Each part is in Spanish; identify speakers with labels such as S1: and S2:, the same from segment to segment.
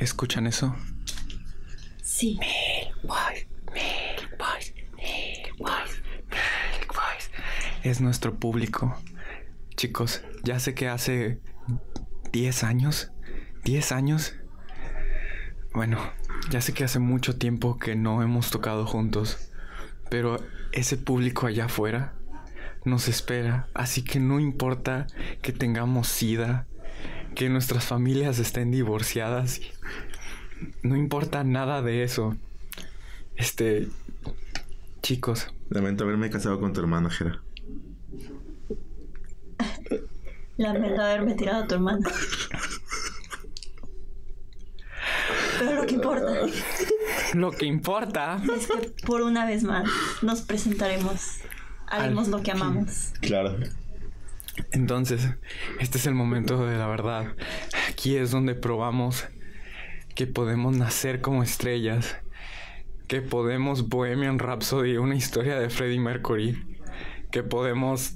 S1: ¿Escuchan eso?
S2: Sí.
S1: Es nuestro público. Chicos, ya sé que hace 10 años, 10 años. Bueno, ya sé que hace mucho tiempo que no hemos tocado juntos, pero ese público allá afuera nos espera, así que no importa que tengamos sida, que nuestras familias estén divorciadas, no importa nada de eso. Este, chicos,
S3: Lamento haberme casado con tu hermana, Jera.
S2: Lamento haberme tirado a tu hermana. Pero lo que importa
S1: lo que importa
S2: es que por una vez más nos presentaremos. Haremos
S1: Al
S2: lo que
S1: fin.
S2: amamos.
S3: Claro.
S1: Entonces, este es el momento de la verdad. Aquí es donde probamos que podemos nacer como estrellas, que podemos Bohemian Rhapsody, una historia de Freddie Mercury, que podemos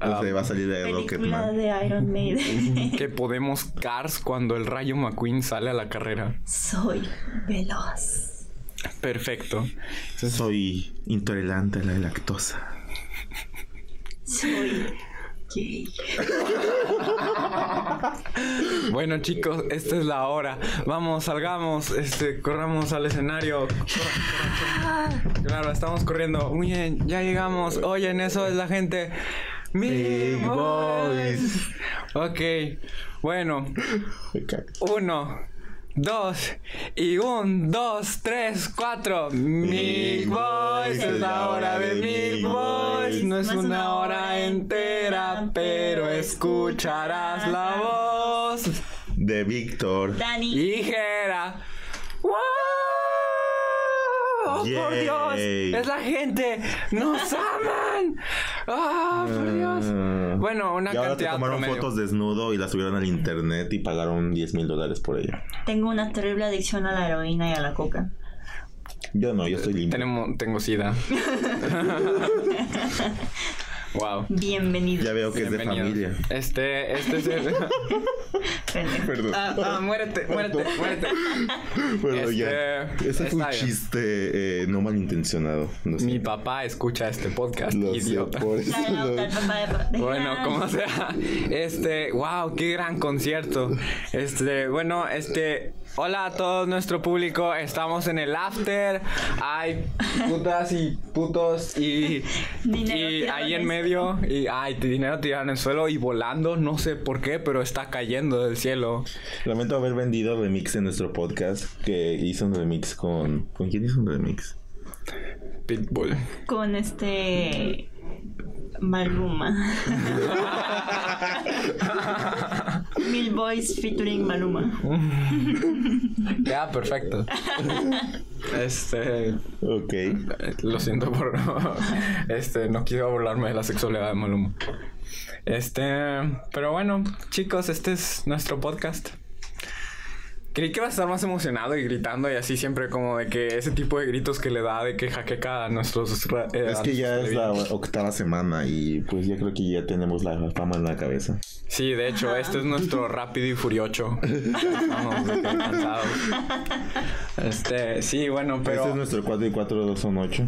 S3: No
S1: Ah,
S3: sé, va a salir de
S2: Película
S3: Rocketman.
S2: de Iron Maiden.
S1: que podemos Cars cuando el Rayo McQueen sale a la carrera.
S2: Soy veloz.
S1: Perfecto.
S3: Soy intolerante a la lactosa.
S2: Soy gay.
S1: Bueno, chicos, esta es la hora. Vamos, salgamos, este, corramos al escenario. Corran, corran, corran. Claro, estamos corriendo. Muy bien, ya llegamos. Oye, en eso es la gente. Big
S3: Big
S1: Boys. Ok, bueno, uno, dos, y un, dos, tres, cuatro. Big Boys, es la hora de Big Boys. No es una hora entera, pero escucharás la voz.
S3: De Víctor.
S2: Dani.
S1: Ligera. ¡Wow! ¡Por
S3: Yay.
S1: Dios! ¡Es la gente! ¡Nos aman! ¡Ah, por Dios!
S3: Ah.
S1: Bueno, una
S3: y ahora te
S1: cantidad
S3: tomaron
S1: promedio.
S3: fotos desnudo y las subieron al internet y pagaron 10 mil dólares por ella.
S2: Tengo una terrible adicción a la heroína y a la coca.
S3: Yo no, yo estoy limpio.
S1: Tenemos, tengo sida. wow.
S2: Bienvenido.
S3: Ya veo que es de
S1: Bienvenido.
S3: familia.
S1: Este, este es el...
S2: Pendejo.
S3: Perdón.
S1: ah, ah, muérete, muérete, muérete.
S3: Bueno, ya.
S1: Este,
S3: Ese fue
S1: está
S3: un
S1: bien.
S3: chiste eh, no malintencionado. Lo
S1: Mi
S3: siento.
S1: papá escucha este podcast,
S3: Lo
S1: idiota.
S3: sé, por eso
S2: La
S3: lo-
S2: nota, el papá de pa- de
S1: Bueno,
S2: Fran.
S1: como sea, este, wow, qué gran concierto. Este, bueno, este, hola a todo nuestro público, estamos en el after. Hay putas y putos y,
S2: Dinero
S1: y
S2: tirado
S1: ahí en
S2: en el
S1: medio y hay dinero tirado en el suelo y volando, no sé por qué, pero está cayendo del cielo.
S3: Lamento haber vendido remix en nuestro podcast que hizo un remix con... ¿Con quién hizo un remix?
S1: Pitbull.
S2: Con este. Maluma. Mil Boys featuring Maluma.
S1: Ya, perfecto. Este,
S3: Ok.
S1: Lo siento por este no quiero burlarme de la sexualidad de Maluma. Este, pero bueno, chicos, este es nuestro podcast. Creí que iba a estar más emocionado y gritando y así siempre como de que ese tipo de gritos que le da de que jaqueca a nuestros ra- eh,
S3: Es que ya es la octava semana y pues yo creo que ya tenemos la fama en la cabeza.
S1: Sí, de hecho, este es nuestro rápido y furiocho. Estamos de que cansados. Este, sí, bueno, pero
S3: Este es nuestro 4 y 4, 2 son 8.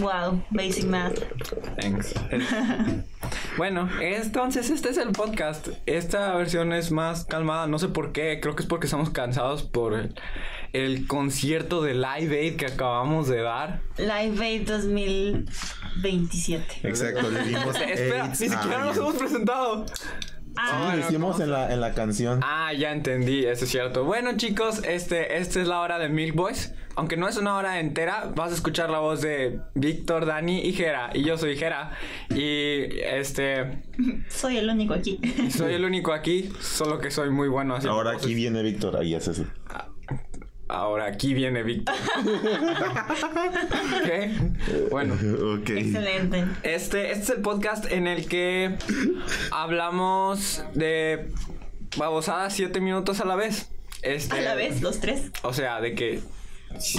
S2: Wow, basic math.
S1: Thanks. bueno, entonces este es el podcast. Esta versión es más calmada, no sé por qué, creo que es porque estamos cansados por el, el concierto de Live Aid que acabamos de dar.
S2: Live Aid 2027.
S3: Exacto, le dimos
S1: Espera, ni
S3: AIDS
S1: siquiera
S3: a
S1: nos hemos
S3: ellos.
S1: presentado.
S2: Ah,
S3: Sí, lo hicimos en la, en la canción.
S1: Ah, ya entendí, eso es cierto. Bueno, chicos, este, esta es la hora de Milk Boys. Aunque no es una hora entera, vas a escuchar la voz de Víctor, Dani y Jera. Y yo soy Jera. Y este,
S2: soy el único aquí.
S1: soy el único aquí, solo que soy muy bueno haciendo
S3: Ahora
S1: voces.
S3: aquí viene Víctor, ahí hace así.
S1: Ahora aquí viene Víctor. ¿Qué? Bueno.
S3: Ok.
S2: Excelente.
S1: Este, este es el podcast en el que hablamos de babosadas siete minutos a la vez. Este,
S2: A la vez, los tres.
S1: O sea, de que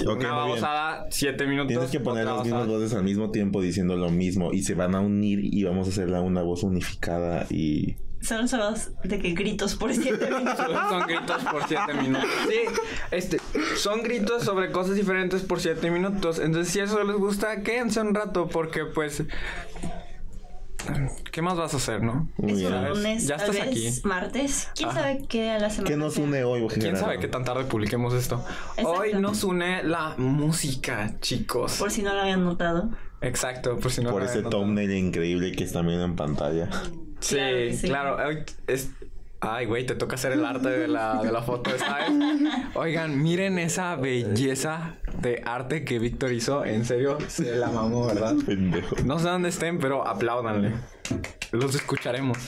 S3: Ok,
S1: una
S3: muy bien.
S1: babosada siete minutos.
S3: Tienes que poner
S1: otra
S3: las mismas
S1: babosada.
S3: voces al mismo tiempo diciendo lo mismo y se van a unir y vamos a hacerla una voz unificada y
S2: Son solo de que gritos por siete minutos.
S1: Son gritos por 7 minutos. Sí, este, son gritos sobre cosas diferentes por 7 minutos. Entonces, si eso les gusta, quédense un rato porque pues... ¿Qué más vas a hacer, no?
S2: Es
S3: Muy
S2: un
S3: bien.
S1: ¿sabes?
S2: lunes,
S1: Ya
S2: tal
S1: estás
S2: vez
S1: aquí.
S2: martes. ¿Quién
S1: Ajá.
S2: sabe qué a la semana?
S3: ¿Qué nos
S2: sea?
S3: une hoy,
S1: ¿Quién
S3: Gerardo?
S1: sabe qué tan tarde publiquemos esto?
S2: Exacto.
S1: Hoy nos une la música, chicos.
S2: Por si no lo habían notado.
S1: Exacto, por si no
S3: Por
S1: lo
S3: ese
S1: habían notado.
S3: thumbnail increíble que están viendo en pantalla.
S1: Sí,
S2: Claro que sí.
S1: claro. Ay, es- Ay, güey, te toca hacer el arte de la, de la foto, ¿sabes? Oigan, miren esa belleza de arte que Víctor hizo. En serio, se la mamó, ¿verdad?
S3: Pendejo.
S1: No sé dónde estén, pero apláudanle. Los escucharemos.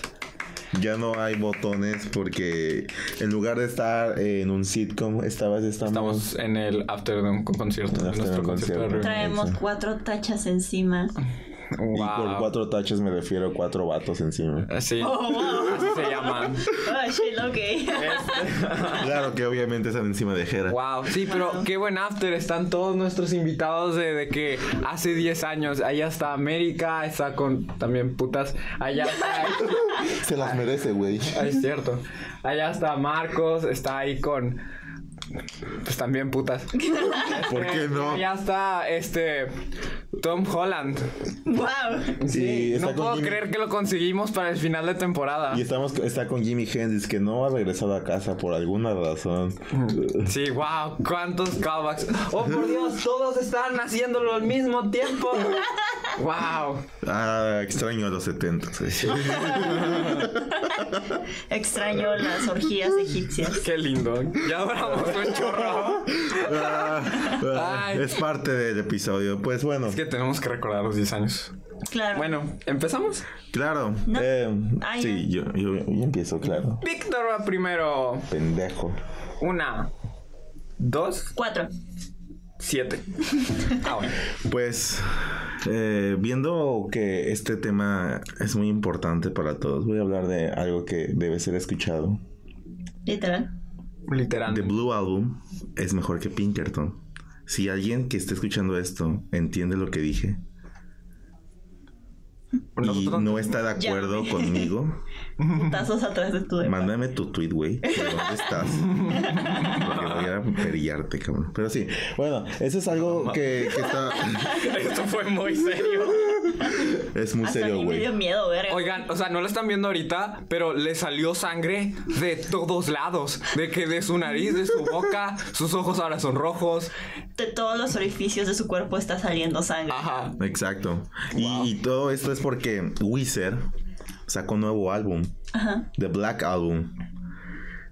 S3: Ya no hay botones porque en lugar de estar en un sitcom, esta vez estamos,
S1: Estamos en el after de un con- concierto.
S3: El
S1: de nuestro
S3: after de un
S1: concierto de
S3: concierto.
S2: Traemos
S3: Sí.
S2: cuatro tachas encima.
S1: Reunión.
S3: Y por
S1: Wow.
S3: cuatro tachas me refiero a cuatro vatos encima.
S1: Sí,
S2: Oh,
S1: así se llaman.
S2: Oh, shit, ok.
S3: Claro que obviamente están encima de Jera.
S1: Wow, sí, pero qué buen after. Están todos nuestros invitados de, de que hace 10 años. Allá está América, está con también putas. Allá está.
S3: Se las merece, güey.
S1: Ah, es cierto. Allá está Marcos, está ahí con. Pues también putas.
S3: ¿Por qué no?
S1: Allá está este. Tom Holland.
S2: Wow.
S3: Y está
S1: no
S3: con
S1: puedo
S3: Jimmy-
S1: creer que lo conseguimos para el final de temporada.
S3: Y estamos, está con Jimi Hendrix, que no ha regresado a casa por alguna razón.
S1: Sí, wow, cuántos callbacks. Oh, por Dios, todos están haciéndolo al mismo tiempo. Wow.
S3: Ah, extraño a los 70.
S2: Extraño las orgías egipcias.
S1: Qué lindo. Ya hablamos un chorro. Ay.
S3: es parte del episodio. Pues bueno,
S1: Es que tenemos que recordar los 10 años.
S2: Claro.
S1: Bueno, ¿empezamos?
S3: claro.
S2: No.
S3: eh,
S2: Ay,
S3: sí, yo, yo- yo empiezo, claro.
S1: Víctor va primero.
S3: Pendejo.
S1: Una, dos,
S2: Cuatro.
S1: siete. Ah, bueno.
S3: Pues eh, viendo que este tema es muy importante para todos, voy a hablar de algo que debe ser escuchado.
S2: Literal.
S1: Literal.
S3: The Blue Album es mejor que Pinkerton. Si alguien que esté escuchando esto entiende lo que dije y
S1: Nosotros-
S3: no está de acuerdo
S2: Llame.
S3: conmigo,
S2: Putazos atrás de tu depa.
S3: mándame tu tweet, güey. ¿De dónde estás? Porque voy a perillarte, cabrón. Pero sí, bueno, eso es algo que, que está.
S1: Esto fue muy serio.
S3: Es muy
S2: Hasta a
S3: serio,
S2: mí me
S3: güey.
S2: dio miedo, verga.
S1: Oigan, o sea, no lo están viendo ahorita, pero le salió sangre de todos lados. De que de su nariz, de su boca, sus ojos ahora son rojos.
S2: De todos los orificios de su cuerpo está saliendo sangre.
S1: Ajá.
S3: Exacto. Y- Y, todo esto es porque Wizard sacó un nuevo álbum,
S2: Ajá.
S3: The Black Album.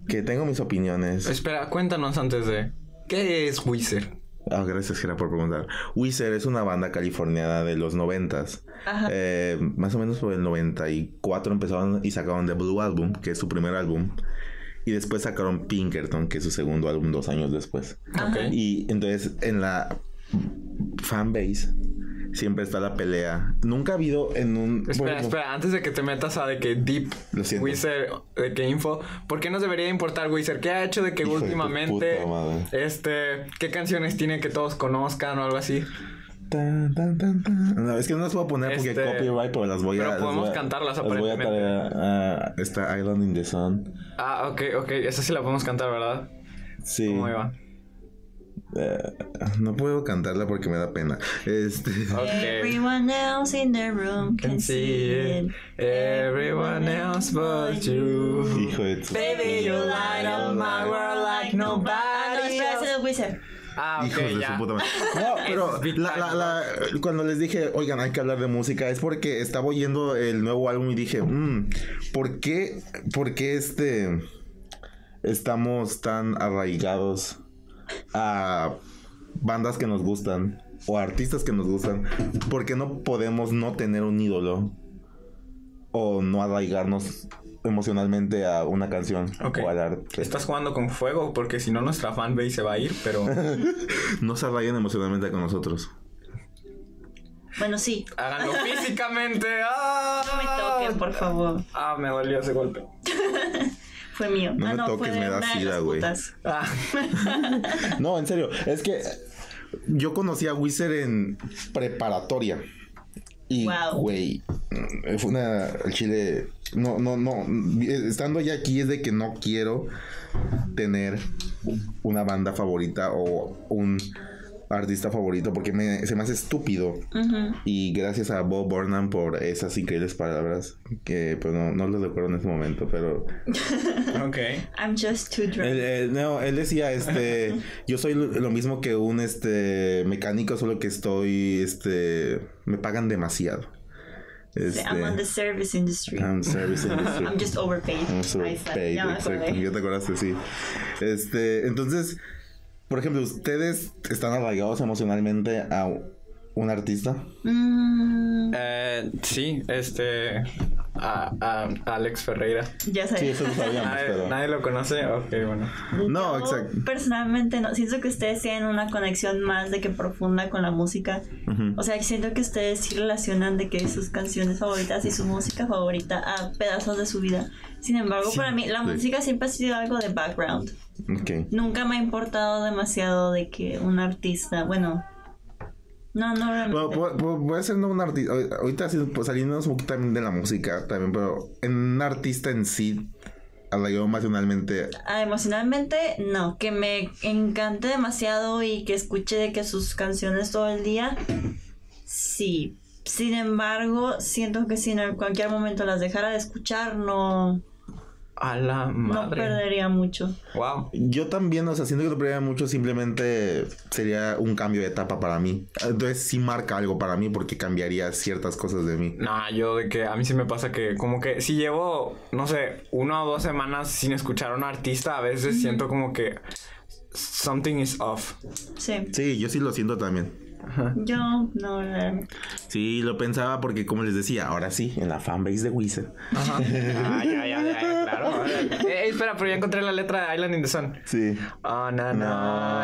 S3: Que tengo mis opiniones.
S1: Espera, cuéntanos antes de. ¿Qué es Wizard?
S3: Ah, gracias, Gera, por preguntar. Wizard es una banda californiana de los noventas.
S2: Ajá.
S3: Eh, más o menos por el 94 empezaron y sacaron The Blue Album, que es su primer álbum. Y después sacaron Pinkerton, que es su segundo álbum dos años después.
S1: Ok.
S3: Y entonces en la fanbase siempre está la pelea. Nunca ha habido en un... por
S1: Espera,
S3: ejemplo-
S1: espera, antes de que te metas a de que Deep
S3: Lo siento.
S1: Wizard, de que Info, ¿por qué nos debería importar Wizard? ¿Qué ha hecho de que
S3: Hijo de tu
S1: últimamente,
S3: puta madre.
S1: este, qué canciones tiene que todos conozcan o algo así?
S3: Tan, tan, tan, tan. No, es que no las puedo poner porque
S1: Este,
S3: copyright, pero las voy a...
S1: pero
S3: las
S1: podemos
S3: voy a-
S1: cantarlas,
S3: las voy a
S1: aparentemente.
S3: traer a esta Island in the Sun.
S1: Ah, ok, ok, esa sí la podemos cantar, ¿verdad?
S3: Sí.
S1: ¿Cómo iba?
S3: Eh, no puedo cantarla porque me da pena. Este,
S1: Ok.
S2: Everyone else in the room can,
S1: Can see it. Everyone else but you.
S3: hijo de tu-
S1: Baby, you light up my world like
S2: Ah, no,
S1: nobody
S2: espera, ese
S1: else.
S2: es el wizard.
S1: Ah,
S3: Hijos
S1: ok,
S3: de su
S1: ya.
S3: puta madre. No, pero
S1: Es Big
S3: la- la-
S1: Time,
S3: la- cuando les dije, oigan, hay que hablar de música, es porque estaba oyendo el nuevo álbum y dije, "Mm, ¿por qué, por qué este estamos tan arraigados a bandas que nos gustan o artistas que nos gustan? Porque no podemos no tener un ídolo o no arraigarnos emocionalmente a una canción
S1: Ok.
S3: o al arte.
S1: Estás jugando con fuego porque si no nuestra fanbase se va a ir, pero...
S3: No se arraigan emocionalmente con nosotros.
S2: Bueno, sí.
S1: Háganlo físicamente. ¡Ah!
S2: No me toquen, por favor.
S1: Ah, me dolió ese golpe.
S2: Fue mío.
S3: No
S2: ah,
S3: me
S2: no,
S3: toques,
S2: fue de
S3: me da
S2: una de
S3: sida,
S2: las
S3: güey.
S2: putas.
S1: Ah,
S3: No, en serio, es que yo conocí a Wizard en preparatoria. Y,
S2: Wow.
S3: güey, fue una. El chile No, no, no. eh, Estando ya aquí es de que no quiero tener una banda favorita o un artista favorito porque me- se me hace estúpido.
S2: Ujú.
S3: Y gracias a Bob Burnham por esas increíbles palabras que pues no, no las recuerdo en ese momento, pero...
S1: Ok.
S2: I'm just too drunk.
S3: Él, él- no, él decía, este, yo soy lo lo mismo que un, este, mecánico, solo que estoy, este, me pagan demasiado. Este,
S2: I'm on the service industry.
S3: I'm service industry.
S2: I'm just overpaid.
S3: I'm
S2: Ahí
S3: sorry,
S2: está,
S3: paid,
S2: ya me acordé.
S3: exacto. Ya te acordaste, sí. Este, entonces, por ejemplo, ¿ustedes están arraigados emocionalmente a un artista?
S2: Mm,
S1: Eh, sí, este. A, a Alex Ferreira.
S2: ya
S3: Sí,
S2: sabía.
S3: eso lo sabíamos,
S1: Nadie,
S3: pero...
S1: nadie lo conoce. Ok, bueno.
S3: No,
S2: Yo,
S3: exacto.
S2: Personalmente no, siento que ustedes tienen una conexión más de que profunda con la música.
S3: Ujú.
S2: O sea, siento que ustedes sí relacionan de que sus canciones favoritas y su música favorita a pedazos de su vida. Sin embargo, para mí la
S3: sí.
S2: música siempre ha sido algo de background.
S3: Ok.
S2: Nunca me ha importado demasiado de que un artista, bueno, no, no realmente.
S3: Bueno, pu- pu- puede ser no un artista. Ahorita sí, pues, saliéndonos un poquito también de la música, también, pero en un artista en sí, arraigado emocionalmente.
S2: Ah, emocionalmente, no. Que me encante demasiado y que escuche de que sus canciones todo el día, sí. Sin embargo, siento que si en cualquier momento las dejara de escuchar, no,
S1: A la
S2: no
S1: madre.
S2: perdería mucho.
S1: wow.
S3: Yo también, o sea, siento que lo primero mucho simplemente sería un cambio de etapa para mí. Entonces sí marca algo para mí porque cambiaría ciertas cosas de mí.
S1: Nah, yo de que a mí sí me pasa que como que si llevo, no sé, una o dos semanas sin escuchar a un artista, a veces siento como que something is off.
S2: Sí.
S3: Sí, yo sí lo siento también.
S1: Ah.
S2: Yo, no, realmente.
S3: Sí, lo pensaba porque, como les decía, ahora sí, en la fanbase de Wizard.
S1: Ajá. ah, ya, ya, ya, claro. Eh, espera, pero ya encontré la letra de Island in the Sun.
S3: Sí.
S1: On an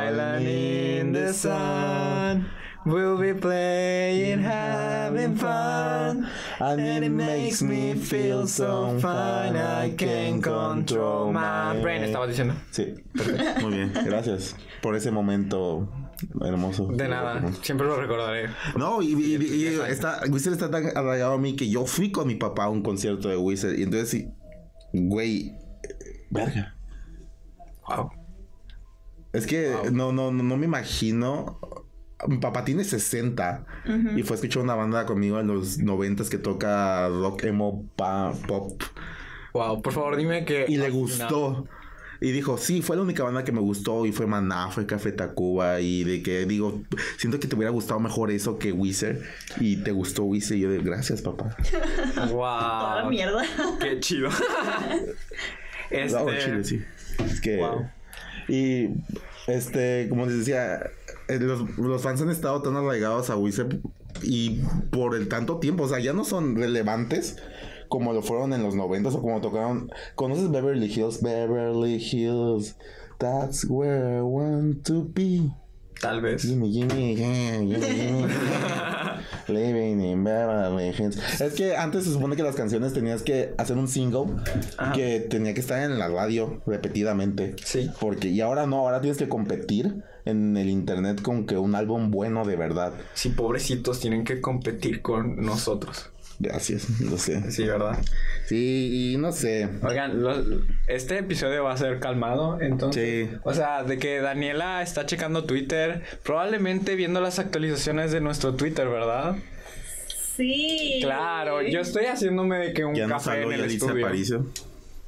S1: island in the sun, we'll be playing, having fun. And it makes me feel so fine, I can control my brain. Estaba diciendo.
S3: Sí, perfecto. Muy bien, gracias por ese momento hermoso.
S1: De nada, siempre lo recordaré.
S3: No, y, y- y- y está, Wizard está tan arraigado a mí que yo fui con mi papá a un concierto de Wizard. Y entonces, sí, güey, eh, verga.
S1: Wow.
S3: Es que no, no, no, no me imagino. Mi papá tiene 60 y fue a escuchar una banda conmigo en los 90 que toca rock, emo, pa- pop.
S1: Wow, por favor dime que...
S3: Y le
S1: al final-
S3: gustó. Y dijo, sí, fue la única banda que me gustó. Y fue Maná, fue Café Tacuba. Y de que digo, siento que te hubiera gustado mejor eso que Wizard. Y te gustó Wizard. Y yo de, gracias, papá.
S2: Toda la
S1: Wow.
S2: mierda.
S1: Qué chido. este...
S3: No, chile, sí. Es que.
S1: Wow.
S3: Y este, como les decía, eh, los, los fans han estado tan arraigados a Wizard y por el tanto tiempo, o sea, ya no son relevantes como lo fueron en los noventas o como tocaron. ¿Conoces Beverly Hills? Beverly Hills. That's where I want to be.
S1: Tal vez.
S3: Gimme, gimme, yeah, gimme, gimme. Living in Beverly Hills. Es que antes se supone que las canciones tenías que hacer un single
S1: Ajá.
S3: que tenía que estar en la radio repetidamente.
S1: Sí.
S3: Porque, y ahora no, ahora tienes que competir en el internet con que un álbum bueno de verdad.
S1: Sí, pobrecitos tienen que competir con nosotros.
S3: Gracias, lo sé.
S1: Sí, ¿verdad?
S3: Sí, y no sé.
S1: Oigan, lo- este episodio va a ser calmado, entonces.
S3: Sí.
S1: O sea, de que Daniela está checando Twitter, probablemente viendo las actualizaciones de nuestro Twitter, ¿verdad?
S2: Sí.
S1: Claro, yo estoy haciéndome de que un
S3: Ya no
S1: café en
S3: salgo
S1: el
S3: Yalitza
S1: estudio.
S3: Aparicio.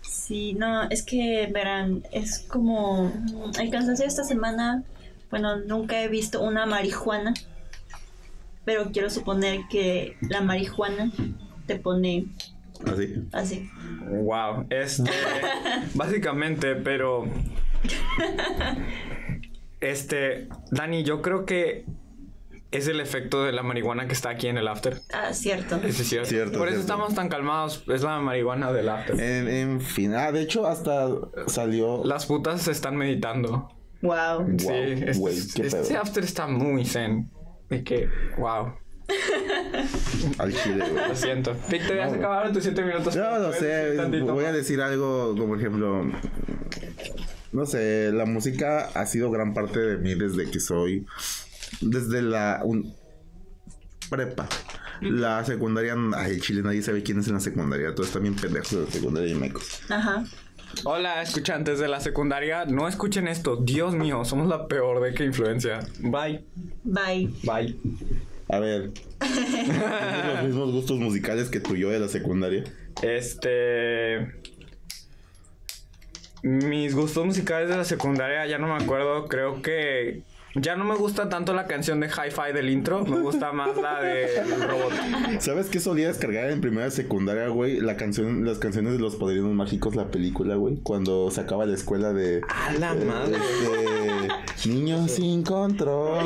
S2: Sí, no, es que verán, es como mm, el cansancio de esta semana. Bueno, nunca he visto una marihuana, pero quiero suponer que la marihuana te pone
S3: Así.
S2: así.
S1: Wow, este básicamente, pero este Dani, yo creo que es el efecto de la marihuana que está aquí en el after.
S2: Ah, cierto.
S1: Eso es cierto.
S3: Cierto,
S1: Por eso
S3: cierto.
S1: estamos tan calmados, es la marihuana del after.
S3: En, en fin, ah, de hecho, hasta salió.
S1: Las putas se están meditando.
S2: Wow.
S3: Wow,
S1: sí, este-
S3: güey, qué
S1: este
S3: pedo.
S1: after está muy zen. De que, wow,
S3: Al chile, güey.
S1: lo siento. Vic, te has
S3: güey.
S1: acabado tus siete minutos.
S3: Yo no
S1: ¿Puedes decir
S3: sé,
S1: tantito
S3: voy a
S1: más?
S3: decir algo como por ejemplo, no sé, la música ha sido gran parte de mí desde que soy, desde la un- prepa. La secundaria, ay, el chile nadie sabe quién es en la secundaria. Todos están bien pendejos de la secundaria y mecos.
S2: Ajá.
S1: Hola, escuchantes de la secundaria. No escuchen esto. Dios mío, somos la peor de que influencia. Bye.
S3: Eh.
S2: Bye.
S1: Bye.
S3: A ver. ¿Tienes los mismos gustos musicales que tú y yo de la secundaria?
S1: Este. Mis gustos musicales de la secundaria ya no me acuerdo. Creo que. Ya no me gusta tanto la canción de Hi-Fi del intro. Me gusta más la del robot.
S3: ¿Sabes qué solía descargar en primera de secundaria, güey? La canción, las canciones de los Padrinos Mágicos, la película, güey. Cuando sacaba la escuela de...
S1: A la
S3: eh,
S1: Ah, madre.
S3: este, niños sin control.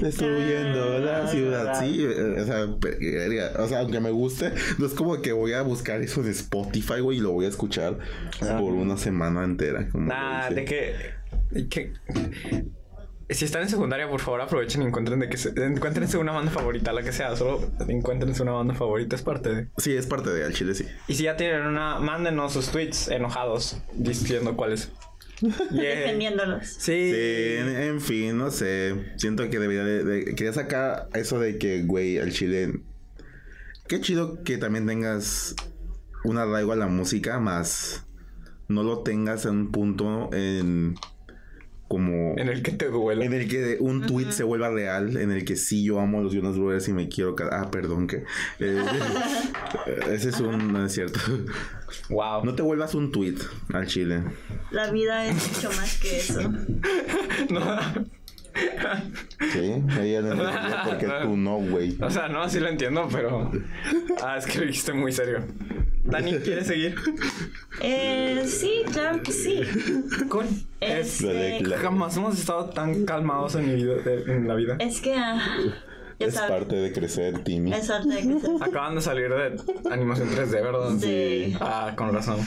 S3: Destruyendo la ciudad. Sí, eh, o sea, verga. o sea, aunque me guste, no es como que voy a buscar eso en Spotify, güey, y lo voy a escuchar por una semana entera. Como
S1: Ah. Nah,
S3: lo
S1: de
S3: hice.
S1: que, de que- Si están en secundaria, por favor aprovechen y encuentren de que se, encuéntrense una banda favorita, la que sea, solo encuéntrense una banda favorita, es parte de.
S3: Sí, es parte de al chile, sí.
S1: Y si ya tienen una, mándenos sus tweets enojados diciendo cuáles. Yeah.
S2: Defendiéndolos.
S1: Sí.
S3: Sí, en, en fin, no sé. Siento que debería de, de- Quería sacar eso de que, güey, al chile... Qué chido que también tengas un arraigo a la música, más no lo tengas en un punto en... Como...
S1: En el que te duela.
S3: En el que un tweet se vuelva real, en el que sí yo amo a los Jonas Brothers y me quiero ca- Ah, perdón, que. eh, ese es un. No es cierto.
S1: Wow.
S3: No te vuelvas un tweet al chile.
S2: La vida es mucho más que eso.
S1: No.
S3: Sí, ella no entendió porque tú no, güey.
S1: o sea, no, sí lo entiendo, pero. Ah, es que lo dijiste muy serio. Dani, ¿quieres seguir?
S2: Eh, sí, claro que sí. Este,
S1: Con.
S2: Es,
S3: Vale, claro.
S1: Jamás hemos estado tan calmados en, mi vida, en la vida.
S2: es que. ah, ya
S3: Es
S2: sabes.
S3: parte de crecer, Timmy.
S2: Es arte de crecer.
S1: Acaban de salir de animación 3D, ¿verdad?
S2: Sí.
S1: Ah, con razón.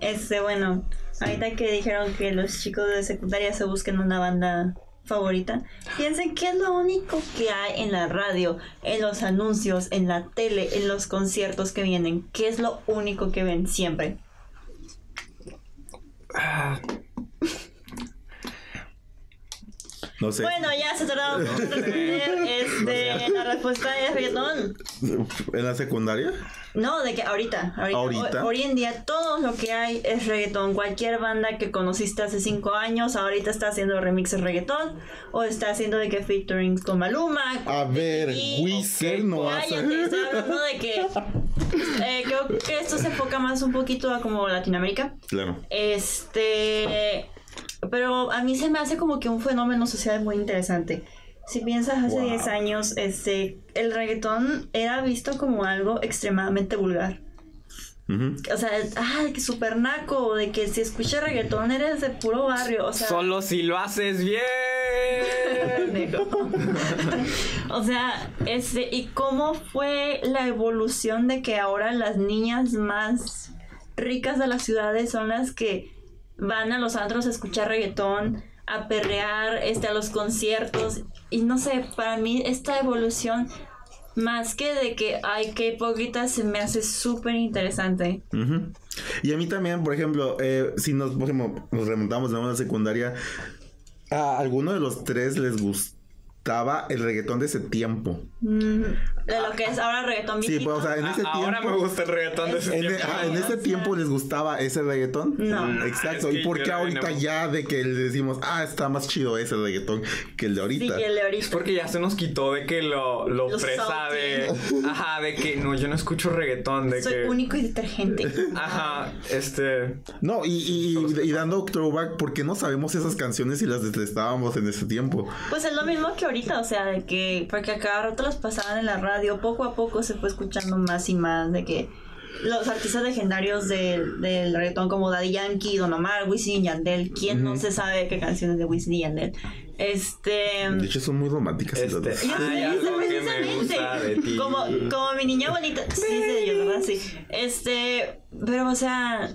S2: Este, bueno, ahorita que dijeron que los chicos de secundaria se busquen una banda favorita, piensen que es lo único que hay en la radio, en los anuncios, en la tele, en los conciertos que vienen, que es lo único que ven siempre.
S1: Ah,
S3: No sé.
S2: Bueno, ya se tardaron mucho en responder. Este, la respuesta es reggaetón.
S3: ¿En la secundaria?
S2: No, de que ahorita, ahorita,
S3: ¿Ahorita?
S2: Hoy, hoy en día todo lo que hay es reggaetón. Cualquier banda que conociste hace cinco años, ahorita está haciendo remixes reggaetón o está haciendo de que featuring con Maluma.
S3: A ver,
S2: Y-
S3: Wizard no hace.
S2: Cállate, estoy hablando de que eh, creo que esto se enfoca más un poquito a como Latinoamérica.
S3: Claro.
S2: Este, pero a mí se me hace como que un fenómeno social muy interesante. Si piensas hace
S3: Wow.
S2: 10 años, este, el reggaetón era visto como algo extremadamente vulgar.
S3: Ujú.
S2: O sea, ah, de que super naco, de que si escuchas reggaetón eres de puro barrio, o sea,
S1: Solo si lo haces bien.
S2: pendejo. o sea, este, y cómo fue la evolución de que ahora las niñas más ricas de las ciudades son las que van a los antros a escuchar reggaetón, a perrear, este, a los conciertos, y no sé, para mí esta evolución, más que de que, ay, qué hipócrita, se me hace súper interesante.
S3: Ujú. Y a mí también, por ejemplo, eh, si nos, por ejemplo, nos remontamos de una secundaria, a alguno de los tres les gustaba el reggaetón de ese tiempo.
S2: Mm, de lo que es ahora reggaetón
S3: Sí,
S2: viejito.
S3: pues, o sea, en ese
S1: A- Ah, Ahora me
S3: tiempo.
S1: gusta el reggaetón de ese
S3: En,
S1: tiempo.
S3: ah, en
S2: o
S3: ese
S2: sea.
S3: tiempo les gustaba ese reggaetón.
S2: No.
S3: Mm, Exacto.
S1: Es que
S3: ¿Y por qué
S1: yo era
S3: ahorita
S1: bien
S3: ya de que le decimos, ah, está más chido ese reggaetón que el de
S2: Sí,
S3: ahorita?
S2: que el de ahorita.
S1: Es porque ya se nos quitó de que lo, lo
S2: Lo
S1: presa de. Ajá, de que no, yo no escucho reggaetón. De
S2: Soy
S1: que.
S2: único y detergente.
S1: Ajá, este.
S3: No, y, y- y- y dando throwback, ¿por qué no sabemos esas canciones y las detestábamos en ese tiempo?
S2: Pues es lo mismo que ahorita, o sea, de que porque a cada rato los pasaban en la radio, poco a poco se fue escuchando más y más de que los artistas legendarios del, del reggaetón como Daddy Yankee, Don Omar, Wisin y Yandel, ¿quién no se sabe qué canciones de Wisin y Yandel? Este...
S3: De hecho, son muy románticas. y
S1: Este.
S3: todas.
S1: Hay algo que me gusta de ti.
S2: Como, como mi niña bonita. Sí, sí, yo, ¿verdad? Sí. Este, pero, o sea,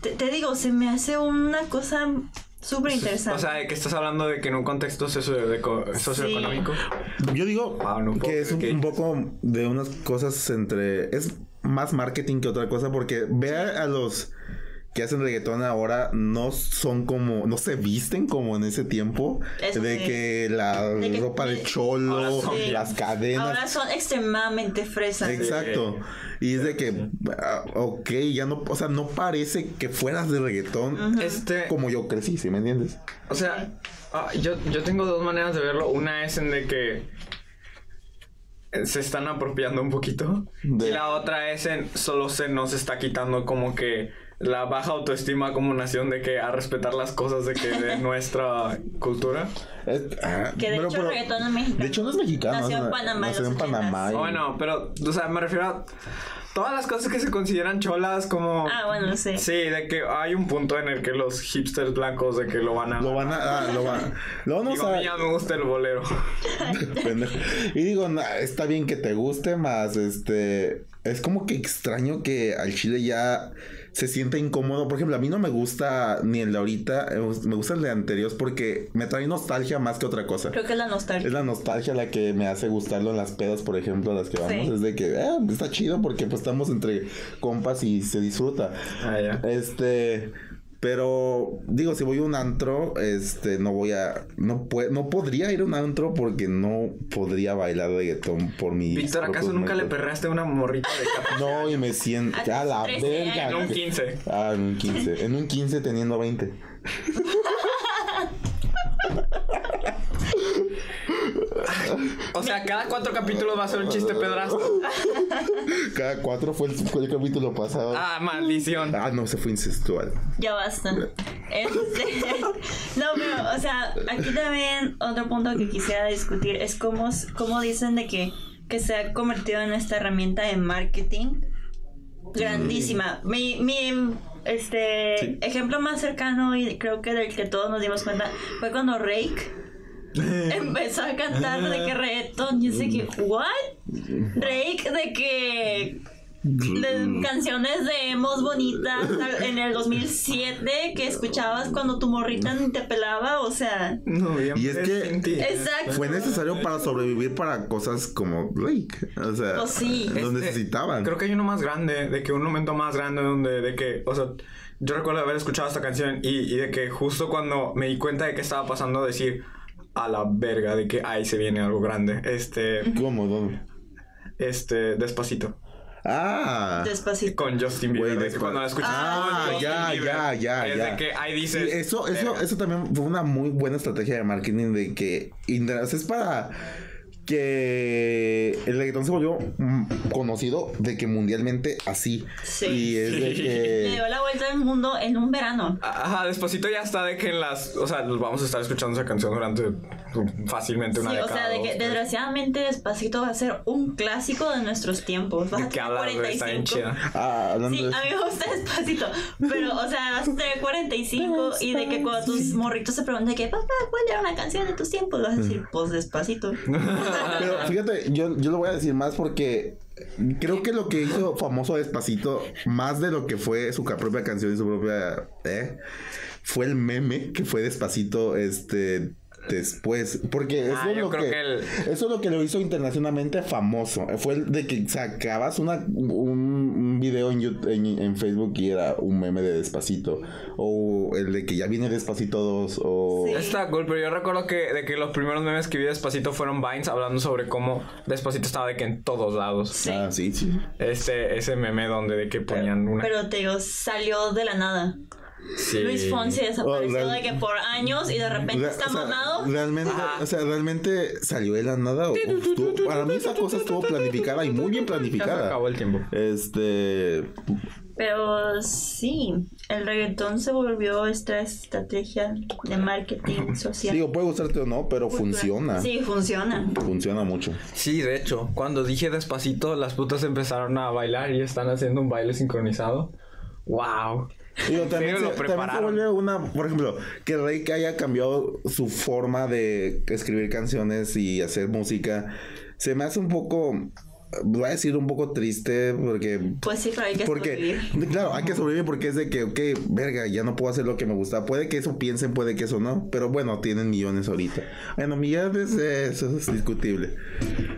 S2: te, te digo, se me hace una cosa súper interesante.
S1: O sea, de que estás hablando de que en un contexto socio- de co- socioeconómico.
S3: Yo digo
S1: Wow, Ah, no puedo
S3: que es un,
S1: creer que-
S3: un poco de unas cosas entre... Es más marketing que otra cosa porque ve a, a los que hacen reggaetón ahora no son como, no se visten como en ese tiempo.
S2: Eso
S3: de
S2: sí.
S3: que la
S2: De que-
S3: ropa de
S1: Ahora
S3: cholo,
S1: son-
S2: Sí.
S3: las cadenas.
S2: Ahora son extremadamente fresas.
S3: Exacto. Y es de que, ah, ok, ya no, o sea, no parece que fueras de reggaetón
S1: Este,
S3: como yo crecí, ¿sí me entiendes?
S1: o sea, ah, yo, yo tengo dos maneras de verlo. Una es en de que eh, se están apropiando un poquito.
S3: De-
S1: Y la otra es en solo se nos está quitando como que la baja autoestima como nación de que a respetar las cosas de que de nuestra cultura.
S3: Es- ah,
S2: Que de
S3: pero-
S2: hecho el
S3: pero-
S2: reggaetón es mexicano.
S3: De hecho no es mexicano.
S2: Nació
S3: es-
S2: en Panamá. en
S3: nació
S2: los
S3: en Panamá.
S2: 80s.
S3: y-
S1: Ah, Bueno, pero, o sea, me refiero a todas las cosas que se consideran cholas como...
S2: Ah, bueno, lo sé.
S1: Sí, de que hay un punto en el que los hipsters blancos de que lo van a...
S3: Lo van a. ah, lo van, lo van a
S1: Digo, a mí ya
S3: usar.
S1: me gusta el bolero.
S3: pendejo. Y digo, "Nah, está bien que te guste, más este. Es como que extraño que al chile ya se sienta incómodo. Por ejemplo, a mí no me gusta ni el de ahorita, eh, me gusta el de anteriores porque me trae nostalgia más que otra cosa.
S2: Creo que es la nostalgia.
S3: Es la nostalgia la que me hace gustarlo en las pedas, por ejemplo, a las que vamos.
S2: Sí.
S3: Es de que "Ah, está chido porque pues estamos entre compas y se disfruta.
S1: Ah, ya.
S3: Este, pero digo, si voy a un antro, este, no voy a, no pue- no podría ir a un antro porque no podría bailar reggaetón por mi.
S1: Víctor, ¿acaso nunca le perraste a una morrita de capa?
S3: No, y me siento,
S2: A
S3: a la
S2: 13
S3: verga.
S1: En un 15.
S3: Ah, en un 15. En un 15 teniendo 20.
S1: O sea, cada cuatro capítulos va a ser un chiste pedrazo.
S3: Cada cuatro fue el, fue el capítulo pasado.
S1: Ah, maldición.
S3: Ah, no, se fue incestual.
S2: Ya basta. Este, no, pero, o sea, aquí también otro punto que quisiera discutir es cómo, cómo dicen de que, que se ha convertido en esta herramienta de marketing grandísima. Mi, mi este,
S3: Sí.
S2: ejemplo más cercano y creo que del que todos nos dimos cuenta fue cuando Rake empezó a cantar de que reggaetón. Yo sé que, ¿what? Rake de que de canciones de emos bonitas al- en el 2007 que escuchabas cuando tu morrita ni te pelaba, o sea,
S1: No, bien.
S3: Y es que-
S1: sin ti.
S2: exacto.
S3: Fue necesario para sobrevivir para cosas como Blake. O sea,
S2: Pues sí.
S3: lo
S1: Este,
S3: necesitaban.
S1: Creo que hay uno más grande, de que un momento más grande donde, de que, o sea, yo recuerdo haber escuchado esta canción y, y de que justo cuando me di cuenta de que estaba pasando, decir a la verga, de que ahí se viene algo grande. Este,
S3: ¿Cómo? ¿Dónde?
S1: este, despacito.
S3: Ah.
S2: Despacito.
S1: Con Justin Bieber.
S3: Güey,
S1: de que
S3: despa-
S1: cuando la escuchas.
S3: Ah,
S1: con Justin
S3: ya,
S1: Bieber,
S3: ya, ya,
S1: es
S3: ya.
S1: de que ahí
S3: Sí,
S1: dices.
S3: eso, eso,
S1: "Verga".
S3: eso también fue una muy buena estrategia de marketing de que indra- o sea, es para que el reggaetón se volvió mm, conocido de que mundialmente así.
S2: Sí.
S3: Y es de
S2: Le
S3: que
S2: dio la vuelta al mundo en un verano.
S1: Ajá, despacito ya está de que en las. O sea, vamos a estar escuchando esa canción durante mm, fácilmente una
S2: Sí, o
S1: década.
S2: sea, de
S1: dos,
S2: que
S1: tres.
S2: desgraciadamente Despacito va a ser un clásico de nuestros tiempos. Vas a
S1: ¿De qué
S2: tener
S1: hablas, güey? Está bien
S2: 45.
S1: chida.
S3: ah, hablando
S2: Sí,
S3: de-
S2: a mí me gusta despacito, pero, o sea, vas a tener 45 y de que cuando tus morritos se pregunten que, papá, ¿cuál era una canción de tus tiempos? Vas a
S1: Mm.
S2: decir, pues despacito.
S3: Pero fíjate, yo, yo lo voy a decir más porque creo que lo que hizo famoso Despacito, más de lo que fue su ca- propia canción y su propia. ¿eh? Fue el meme que fue Despacito este, después. Porque eso,
S1: Ah,
S3: es
S1: yo
S3: lo
S1: creo
S3: que,
S1: que el-
S3: eso es lo que lo hizo internacionalmente famoso. Fue el de que sacabas una, un, un video en, Yout- en, en Facebook y era un meme de Despacito. O el de que ya viene Despacito 2. O.
S2: Sí.
S1: Está cool, pero yo recuerdo que, de que los primeros memes que vi de despacito fueron Vines hablando sobre cómo despacito estaba de que en todos lados.
S2: Sí.
S3: Ah, sí, sí.
S1: Este, ese meme donde de que ponían una.
S2: Pero te digo, salió de la nada.
S1: Sí.
S2: Luis Fonsi
S3: Oh,
S2: desapareció
S3: real-
S2: de que por años y de repente
S3: Re-
S2: está
S3: o sea,
S2: mamado.
S3: Realmente,
S1: Ajá.
S3: o sea, realmente salió de la nada. o- o estuvo- para mí esa cosa estuvo planificada y muy bien
S1: Ya se
S3: planificada.
S1: acabó el tiempo.
S3: Este,
S2: Pero sí, el reggaetón se volvió esta estrategia de marketing social.
S3: digo, puede gustarte o no, pero
S2: Cultural.
S3: funciona.
S2: Sí, funciona.
S3: Funciona mucho.
S1: Sí, de hecho, cuando dije despacito, las putas empezaron a bailar y están haciendo un baile sincronizado. ¡Wow! serio
S3: Digo, también,
S1: lo
S3: se, también se
S1: prepararon?
S3: vuelve una, por ejemplo, que Rey que haya cambiado su forma de escribir canciones y hacer música, se me hace un poco, voy a decir un poco triste porque
S2: Pues sí, pero hay que
S3: Porque,
S2: sobrevivir.
S3: claro, hay que sobrevivir porque es de que, ok, verga, ya no puedo hacer lo que me gusta. Puede que eso piensen, puede que eso no. Pero bueno, tienen millones ahorita. Bueno, millones, eh, eso es discutible.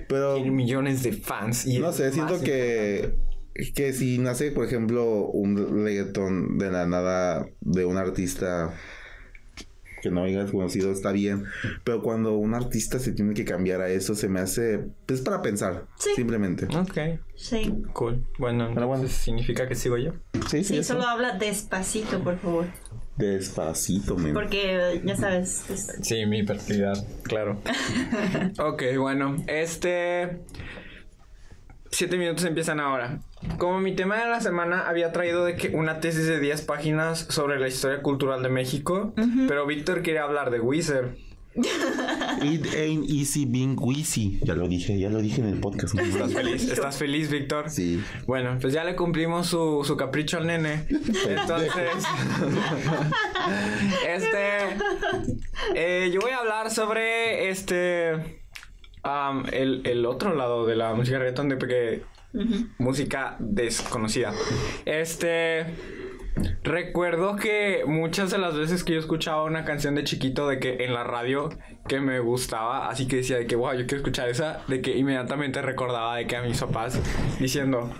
S3: Pero,
S1: Tiene millones de fans. Y
S3: no
S1: es
S3: sé, siento
S1: más
S3: que que si nace, por ejemplo, un reggaetón de la nada de un artista que no hayas conocido, está bien. Pero cuando un artista se tiene que cambiar a eso, se me hace. Es para pensar,
S2: Sí.
S3: simplemente.
S1: Ok,
S2: Sí.
S1: cool. Bueno, entonces
S3: Pero bueno.
S1: significa que sigo yo.
S3: Sí, sí.
S2: Sí,
S3: eso.
S2: solo habla despacito, por favor.
S3: Despacito, men.
S2: Porque ya sabes. es-
S1: Sí, mi hiperactividad, claro. ok, bueno, este. Siete minutos empiezan ahora. Como mi tema de la semana había traído de que una tesis de 10 páginas sobre la historia cultural de México, pero Víctor quería hablar de Wizard.
S3: It ain't easy being wheezy. Ya lo dije, ya lo dije en el podcast. ¿no?
S1: ¿Estás feliz? ¿Estás feliz, Víctor?
S3: Sí.
S1: Bueno, pues ya le cumplimos su, su capricho al nene. Entonces, este, eh, yo voy a hablar sobre este, am, el, el otro lado de la música reggaeton de porque música desconocida. Este, recuerdo que muchas de las veces que yo escuchaba una canción de chiquito de que en la radio que me gustaba, así que decía de que, wow, yo quiero escuchar esa, de que inmediatamente recordaba de que a mis papás diciendo,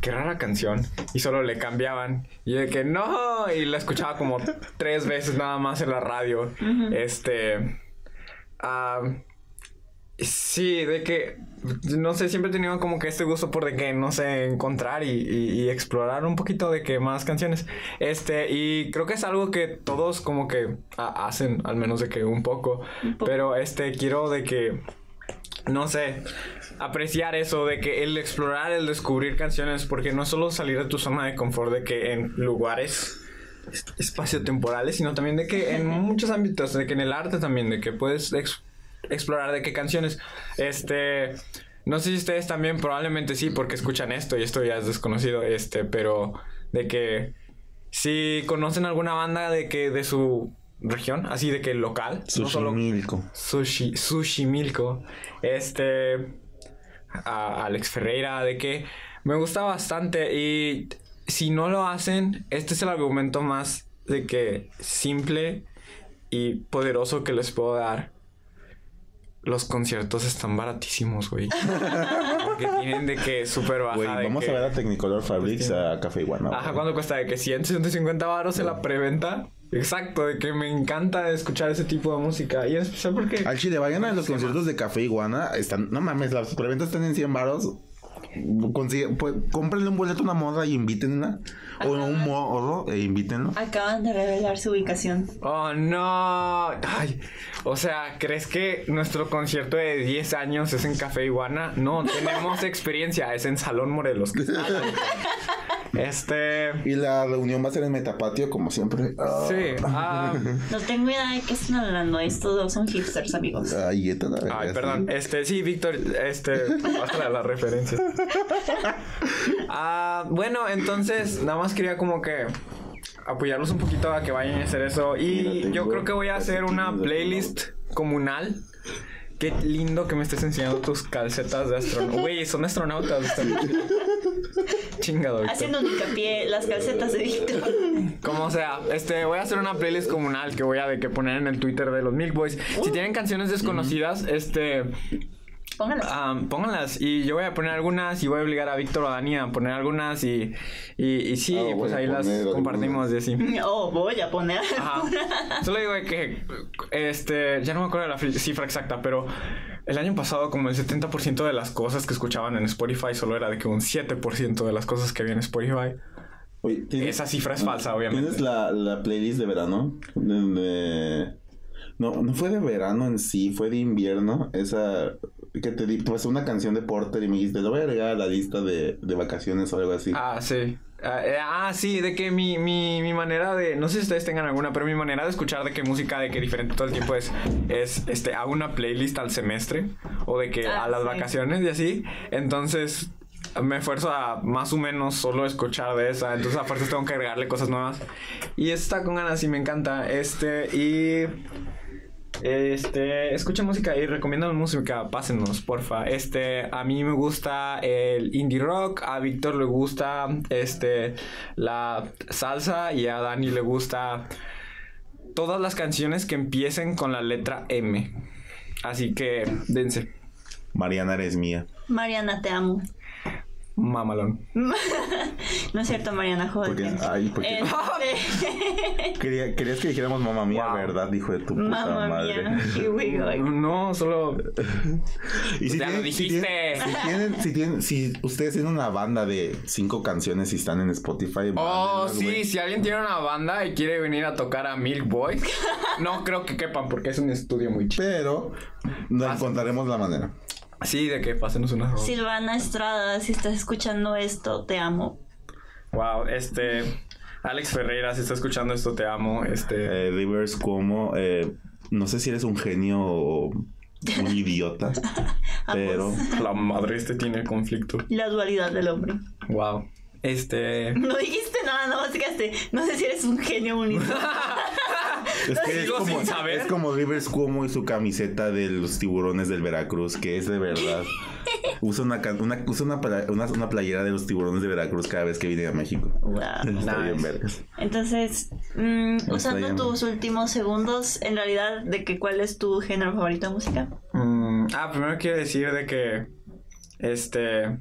S1: qué rara canción. Y solo le cambiaban. Y yo de que no. Y la escuchaba como tres veces nada más en la radio. Este. ah, sí, de que. No sé, siempre he tenido como que este gusto por de que, no sé, encontrar y, y- y explorar un poquito de que más canciones. Este, y creo que es algo que todos como que ah, hacen, al menos de que un poco.
S2: poco.
S1: Pero este, quiero de que no sé, apreciar eso de que el explorar, el descubrir canciones, porque no es solo salir de tu zona de confort, de que en lugares es- espaciotemporales, sino también de que en muchos ámbitos, de que en el arte también, de que puedes ex- explorar de qué canciones. Este, no sé si ustedes también, probablemente sí, porque escuchan esto y esto ya es desconocido, este, pero de que si conocen alguna banda de que de su región, así de que local, no solo
S3: Xochimilco.
S1: Sushi, sushi Milko, este, a Alex Ferreira, de que me gusta bastante y si no lo hacen, este es el argumento más de que simple y poderoso que les puedo dar. Los conciertos están baratísimos, güey. Porque tienen de que súper baja.
S3: Güey,
S1: de
S3: vamos
S1: que- pues
S3: a ver a Technicolor Fabrics a Café Iguana.
S1: Ajá,
S3: güey.
S1: ¿cuánto cuesta? ¿De que 100, 150 baros en la preventa? Exacto, de que me encanta escuchar ese tipo de música. Y en especial porque...
S3: Al Chile, vayan a los conciertos de Café Iguana. Están, no mames, las preventas están en 100 baros. Consigue, pues, cómprenle un boleto a una morra y invítenla. O a un morro e invítenlo.
S2: Acaban de revelar su ubicación.
S1: Oh, no. Ay, o sea, ¿crees que nuestro concierto de 10 años es en Café Iguana? No, tenemos experiencia, es en Salón Morelos. Este...
S3: Y la reunión va a ser en Metapatio, como siempre. Ah,
S1: Sí. ah,
S2: No tengo idea de qué están hablando. Estos dos son hipsters, amigos.
S3: Ay, eta, Ah, la verga,
S1: ay,
S3: sí.
S1: perdón. Este, sí, Víctor, este, basta de la referencia. Ah, bueno, entonces, nada más quería como que apoyarlos un poquito a que vayan a hacer eso. Y yo creo que voy a hacer una playlist comunal. Qué lindo que me estés enseñando tus calcetas de astronauta. Güey, son astronautas. están- Chingado. Víctor.
S2: Haciendo un hincapié las calcetas de Víctor.
S1: Como sea, este, voy a hacer una playlist comunal que voy a de que poner en el Twitter de los Milk Boys. Si tienen canciones desconocidas, este,
S2: Pónganlas.
S1: am, pónganlas. Y yo voy a poner algunas y voy a obligar a Víctor o a Dani a poner algunas y, y, y sí,
S3: Ah, voy
S1: pues
S3: a
S1: ahí las
S3: poner
S1: compartimos y así.
S2: Oh, voy a poner.
S1: Ajá. Solo digo de que, este, ya no me acuerdo de la fi- cifra exacta, pero el año pasado como el 70% de las cosas que escuchaban en Spotify solo era de que un 7% de las cosas que había en Spotify.
S3: Oye, ¿tienes- ah,
S1: Esa cifra es falsa, obviamente.
S3: ¿Tienes la, la playlist de verano? De- de- No, no fue de verano en sí, fue de invierno. Esa que te di, pues una canción de Porter y me dijiste, lo voy a agregar a la lista de, de vacaciones o algo así.
S1: Ah, sí. Ah, eh, ah, sí, de que mi, mi, mi manera de. No sé si ustedes tengan alguna, pero mi manera de escuchar de qué música, de que diferente todo el tiempo es. Es este, hago una playlist al semestre o de que
S2: Ah,
S1: a las
S2: sí.
S1: vacaciones y así. Entonces me esfuerzo a más o menos solo escuchar de esa. Entonces a fuerzas tengo que agregarle cosas nuevas. Y está con ganas y me encanta. Este, y. Este, escuchen música y recomiendan música, pásenos, porfa. Este, a mí me gusta el indie rock, a Víctor le gusta este la salsa y a Dani le gusta todas las canciones que empiecen con la letra M. Así que dense.
S3: Mariana eres mía.
S2: Mariana, te amo.
S1: mamalón.
S2: No es cierto, Mariana, Este,
S3: Porque,
S2: joder.
S3: ay, porque- Quería- querías que dijéramos mamá mía,
S1: Wow.
S3: ¿verdad? Dijo de tu puta
S2: Mamma
S3: madre.
S2: mía, here we go.
S1: No, solo.
S3: Y
S1: Ya lo
S3: tienen- si tienen-
S1: dijiste.
S3: Si tienen, si tienen, si ustedes tienen una banda de cinco canciones y están en Spotify.
S1: Oh,
S3: mándenlas,
S1: sí,
S3: güey.
S1: si alguien tiene una banda y quiere venir a tocar a Milk Boy, no creo que quepan porque es un estudio muy chido.
S3: Pero no encontraremos la manera.
S1: Sí, de que pasenos una rola.
S2: Silvana Estrada, si estás escuchando esto, te amo.
S1: Wow, este. Alex Ferreira, si está escuchando esto, te amo. Este.
S3: Eh, Rivers, como eh, no sé si eres un genio o un idiota, pero
S1: La madre, este tiene conflicto.
S2: Y la dualidad del hombre.
S1: Wow. Este.
S2: No dijiste nada, no te quedaste. No sé si eres un genio bonito.
S3: es que es
S1: Sigo
S3: como,
S1: sin saber.
S3: es como Rivers Cuomo y su camiseta de los tiburones del Veracruz, que es de verdad. Usa una, can- una- usa una, pla- una- una playera de los tiburones de Veracruz cada vez que viene a México.
S2: Wow.
S3: Está
S1: Nice.
S3: bien, vergas.
S2: Entonces, mm,
S3: Está
S2: usando
S3: bien.
S2: tus últimos segundos, en realidad, de que cuál es tu género favorito de música.
S1: Mm, ah, primero quiero decir de que. Este.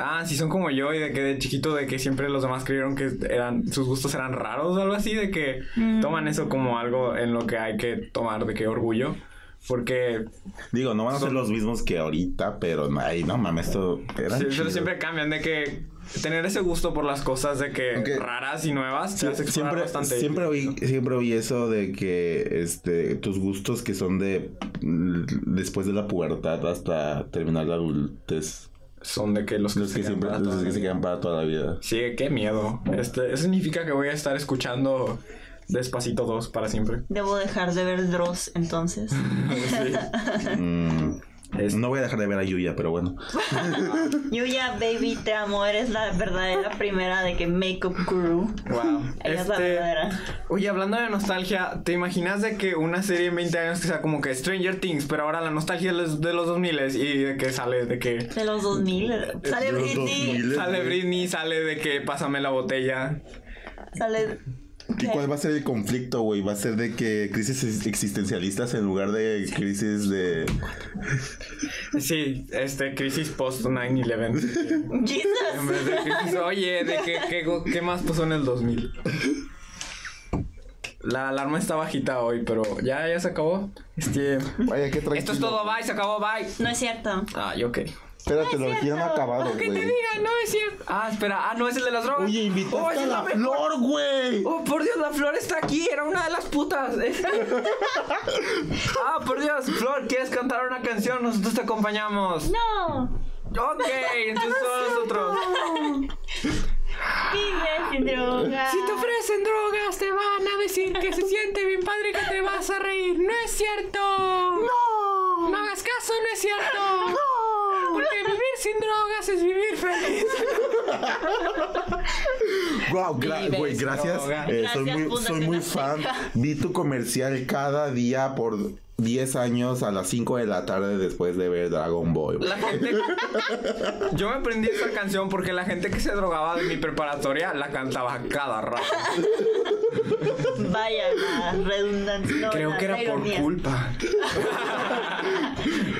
S1: Ah, si son como yo y de que de chiquito de que siempre los demás creyeron que eran sus gustos eran raros o algo así, de que
S2: Mm.
S1: toman eso como algo en lo que hay que tomar de que orgullo. Porque
S3: Digo, no van a ser los mismos que ahorita, pero no, ay, no mames, esto era.
S1: sí, pero siempre cambian de que tener ese gusto por las cosas de que
S3: Aunque-
S1: raras y nuevas te hace
S3: Sie-
S1: explorar
S3: siempre,
S1: bastante.
S3: siempre oí, siempre oí eso de que este tus gustos que son de l- después de la pubertad hasta terminar la adultez.
S1: son de que los que,
S3: Los que
S1: se quedan
S3: siempre,
S1: para
S3: los
S1: toda
S3: que
S1: la
S3: se
S1: vida.
S3: quedan para toda la vida.
S1: Sí, qué miedo. Este, eso significa que voy a estar escuchando Despacito 2 para siempre.
S2: Debo dejar de ver Dross entonces.
S3: Mm,
S1: Es-
S3: No voy a dejar de ver a Yuya, pero bueno.
S2: Yuya, baby, te amo. Eres la verdadera primera de que Makeup Guru.
S1: Wow.
S2: Ella es la verdadera.
S1: Este, Oye, hablando de nostalgia, ¿te imaginas de que una serie en 20 años que sea como que Stranger Things, pero ahora la nostalgia es de los 2000 y de que sale de que
S2: De los 2000. Sale
S3: De los
S2: Britney.
S3: 2000.
S1: sale Britney, sale de que pásame la botella?
S2: Sale.
S3: ¿Y cuál va a ser el conflicto, güey? ¿Va a ser de que crisis ex- existencialistas en lugar de crisis de...
S1: Sí, este crisis post 9/11. En
S2: Jesus.
S1: vez de crisis, oye, de que qué, go- qué más pasó en el 2000. La alarma está bajita hoy, pero ya ya se acabó. Este,
S3: Vaya, qué tranquilo.
S1: esto es todo, bye, se acabó, bye.
S2: No es cierto.
S1: Ay, ok.
S3: Espérate, lo tienen acabado,
S1: Que te
S3: güey.
S1: diga, no es cierto. Ah, espera, ah, no es el de las drogas.
S3: Oye, invitaste
S1: Oh, esa
S3: a
S1: es
S3: la
S1: mejor.
S3: flor, güey.
S1: Oh, por Dios, la flor está aquí, era una de las putas. ah, por Dios, Flor, ¿quieres cantar una canción? Nosotros te acompañamos.
S2: No.
S1: Ok, entonces todos nosotros.
S2: Vive sin droga.
S4: Si te ofrecen drogas, te van a decir que se siente bien padre y que te vas a reír. ¡No es cierto! ¡No! No hagas caso, no es cierto. ¡No! Porque vivir sin drogas es vivir feliz.
S3: Wow, gra-
S1: Vives,
S3: güey, gracias.
S1: droga.
S3: Eh,
S2: Gracias,
S3: soy muy,
S2: Fundación
S3: soy muy fan.
S2: Azteca.
S3: Vi tu comercial cada día por 10 años a las 5 de la tarde después de ver Dragon Ball.
S1: La gente. Yo me aprendí esa canción porque la gente que se drogaba de mi preparatoria la cantaba a cada rato.
S2: Vaya la redundancia. No,
S1: Creo
S2: la-
S1: que era
S2: la
S1: por
S2: ironía.
S1: culpa.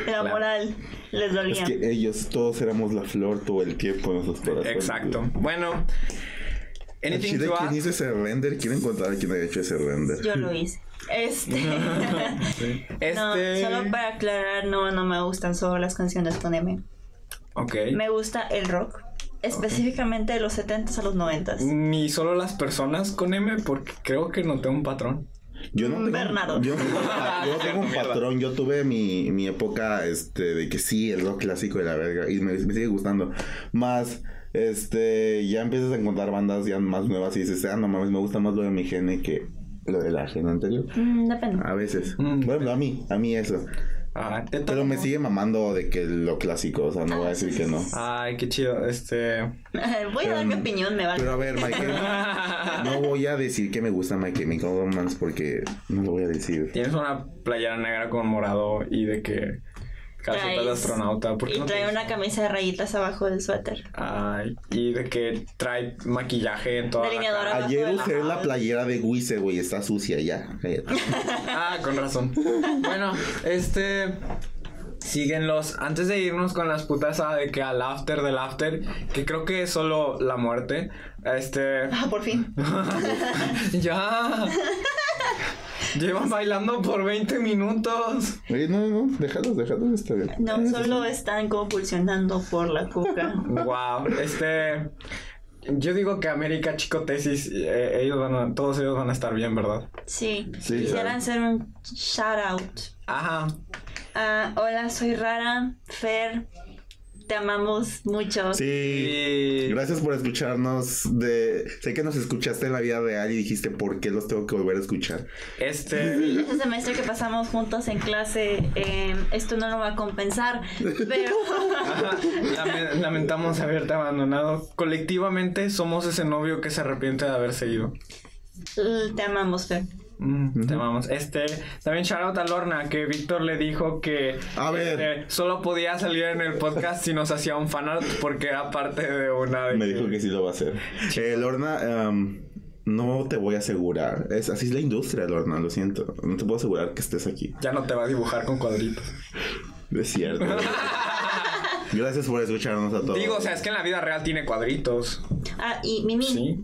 S2: La moral les
S3: Es
S2: dolía.
S3: que ellos todos éramos la flor todo el tiempo en nuestros corazones.
S1: Exacto. Bueno.
S3: El
S1: Anything
S3: chile
S1: to
S3: quien
S1: add?
S3: hizo ese render, quiero encontrar a quien haya hecho ese render.
S2: Yo lo hice. Este.
S1: Este.
S2: No, solo para aclarar, no, no me gustan solo las canciones con M.
S1: Ok.
S2: Me gusta el rock, específicamente de los 70s a los 90s.
S1: Ni solo las personas con M, porque creo que noté un patrón.
S3: Yo no tengo,
S2: Bernardo.
S3: Yo, no tengo- yo no tengo un
S1: Mierda.
S3: patrón. Yo tuve mi, mi época este, de que sí, el rock clásico de la verga. Y me, me sigue gustando. Más, este, ya empiezas a encontrar bandas ya más nuevas y dices, ah, no mames, me gusta más lo de mi gene que lo de la gene anterior.
S2: Mm, depende.
S3: A veces.
S1: Mm.
S3: Bueno, a mí, a mí eso.
S1: Ah, te
S3: Pero
S1: tomo.
S3: me sigue mamando de que lo clásico, o sea, no voy a decir que no.
S1: Ay, qué chido. Este.
S2: Voy a dar mi opinión, me vale.
S3: Pero a ver, My Chem- no voy a decir que me gusta My Chemical Romance porque no lo voy a decir.
S1: Tienes una playera negra con morado y de que. Calcetas de
S2: Traes-
S1: astronauta. ¿por qué
S2: Y
S1: no
S2: trae
S1: tienes-
S2: una camisa de rayitas abajo del suéter.
S1: Ay, y de que trae maquillaje en toda
S2: Delineador
S1: la cara.
S2: abajo
S3: Ayer
S2: del-
S3: usé la playera de Wise, güey, está sucia ya. Cállate.
S1: Ah, con razón. Bueno, este. síguenlos. Antes de irnos con las putas a de que al after del after, que creo que es solo la muerte. Este.
S2: Ah, por fin.
S1: ya. Llevan bailando por 20 minutos.
S3: Oye, no, no, déjalos, déjalos, está bien.
S2: No, solo están convulsionando por la coca.
S1: Wow. Este. Yo digo que América, chico, tesis, eh, ellos van a- todos ellos van a estar bien, ¿verdad?
S2: Sí.
S3: Sí,
S2: Quisieran hacer un shout out.
S1: Ajá.
S2: Ah, hola, soy Rara, Fer. Te amamos mucho.
S3: Sí.
S1: Y-
S3: Gracias por escucharnos. De... Sé que nos escuchaste en la vida real y dijiste por qué los tengo que volver a escuchar.
S1: Este.
S2: Sí, ese semestre que pasamos juntos en clase, eh, esto no lo va a compensar, pero
S1: Ajá, lame- lamentamos haberte abandonado. Colectivamente somos ese novio que se arrepiente de haber seguido.
S2: eh, te amamos, Fer.
S1: Mm, Te amamos. Este, también shout out a Lorna, que Víctor le dijo que
S3: A ver.
S1: este, solo podía salir en el podcast si nos hacía un fanart porque era parte de una de
S3: Me dijo que sí lo va a hacer. Eh, Lorna, em, no te voy a asegurar. Es, así es la industria, Lorna, lo siento. No te puedo asegurar que estés aquí.
S1: ya no te va a dibujar con cuadritos.
S3: Es cierto. Gracias por escucharnos a todos.
S1: Digo, o sea, es que en la vida real tiene cuadritos.
S2: Ah, y Mimi,
S1: Sí.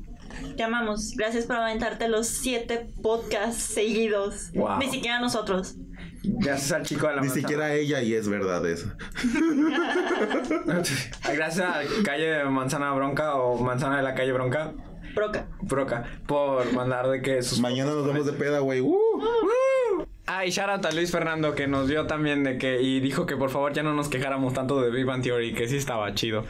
S2: te amamos. Gracias por aventarte los siete podcasts seguidos.
S1: Wow.
S2: Ni siquiera nosotros.
S1: Gracias al chico de la
S3: Ni
S1: manzana.
S3: siquiera ella y es verdad eso.
S1: Gracias a calle de Manzana Bronca o Manzana de la calle Bronca.
S2: Broca.
S1: Broca, por mandar de que sus
S3: Mañana nos vamos de
S1: pues,
S3: peda, güey. ¡Uh!
S1: Ah, y shout out a Luis Fernando que nos dio también de que y dijo que por favor ya no nos quejáramos tanto de Big Bang Theory, que sí estaba chido.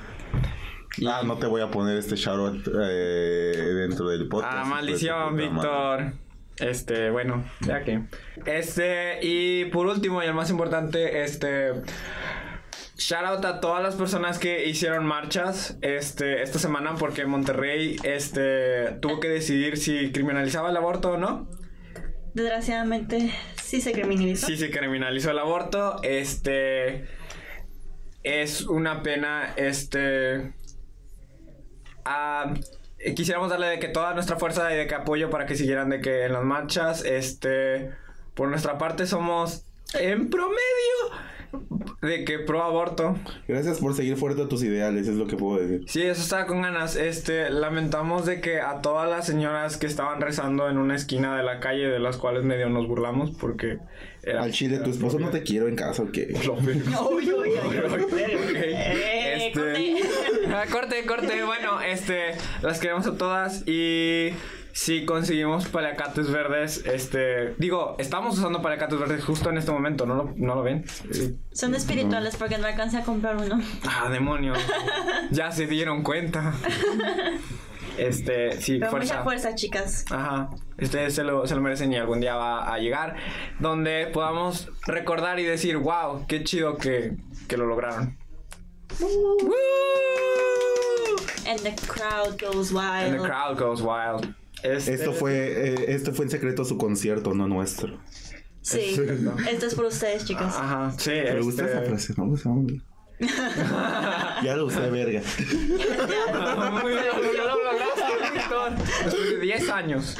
S3: Ah, no te voy a poner este shoutout eh, dentro del podcast.
S1: Ah, maldición,
S3: Hijo de tu puta madre.
S1: Víctor. Este, bueno, ya que. Este, y por último y el más importante, este. Shout out a todas las personas que hicieron marchas este, esta semana porque Monterrey este, tuvo que decidir si criminalizaba el aborto o no.
S2: Desgraciadamente, sí se criminalizó.
S1: Sí se criminalizó el aborto. Este es una pena. Este. ah, eh, quisiéramos darle de que toda nuestra fuerza y de que apoyo para que siguieran de que en las marchas. Este. Por nuestra parte somos en promedio de que pro aborto.
S3: Gracias por seguir fuerte a tus ideales, es lo que puedo decir.
S1: Sí, eso estaba con ganas. Este, lamentamos de que a todas las señoras que estaban rezando en una esquina de la calle, de las cuales medio nos burlamos porque era-
S3: Al chile, tu esposo no te quiero en casa, ¿o qué?
S1: Lo mismo.
S2: Uy, uy, uy, uy.
S1: Ok.
S2: Eh,
S1: Este-
S2: corte.
S1: Ah, corte, corte. Bueno, este, las queremos a todas y si conseguimos paliacates verdes, este, digo, estamos usando paliacates verdes justo en este momento, ¿no lo, no lo ven? Eh,
S2: Son espirituales porque no alcancé a comprar uno.
S1: Ah, demonios. Ya se dieron cuenta. Este, sí,
S2: Pero mucha fuerza, chicas.
S1: Ajá. Ustedes se lo, se lo merecen y algún día va a llegar donde podamos recordar y decir, wow, qué chido que, que lo lograron. Woo.
S2: And the crowd goes wild.
S1: And the crowd goes wild. Este-
S3: Esto fue, eh, esto fue en secreto su concierto, no nuestro.
S2: Sí. Esto es por ustedes, chicas.
S1: Ajá, sí.
S3: Me gusta
S1: este-
S3: esa frase, no Pues, vamos. ya lo usé, verga.
S1: Muy bien, ya lo lograste, Víctor. Después de 10 años.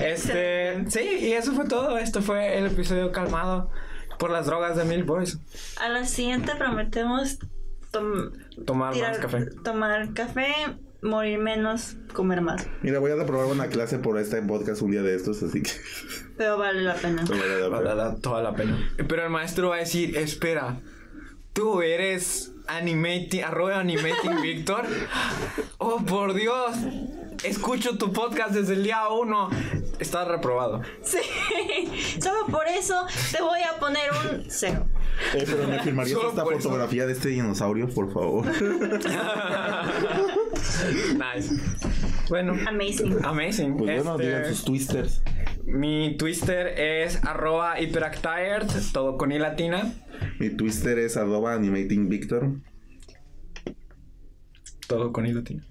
S1: Este, sí, y eso fue todo. Esto fue el episodio calmado por las drogas de Mil Boys.
S2: A la siguiente prometemos tom-
S1: Tomar más
S2: tirar-
S1: café.
S2: tomar café, morir menos, comer más.
S3: Mira, voy a aprobar una clase por este podcast un día de estos, así que.
S2: Pero vale la pena.
S3: no vale la
S1: Va a
S3: pena.
S1: dar toda la pena. Pero el maestro va a decir, espera, tú eres animating, arroba animating Víctor. Oh, por Dios, escucho tu podcast desde el día uno. Estás reprobado.
S2: Sí. Solo por eso te voy a poner un cero.
S3: Eh, pero me firmarías
S1: Solo
S3: esta
S1: por eso.
S3: fotografía de este dinosaurio, por favor.
S1: nice. Bueno.
S2: Amazing.
S1: Ah. Amazing.
S3: Pues bueno,
S1: Este,
S3: digan sus twisters.
S1: Mi Twitter es arroba hyperactired, todo con i latina,
S3: Mi twister es arroba animating Victor.
S1: todo con i latina.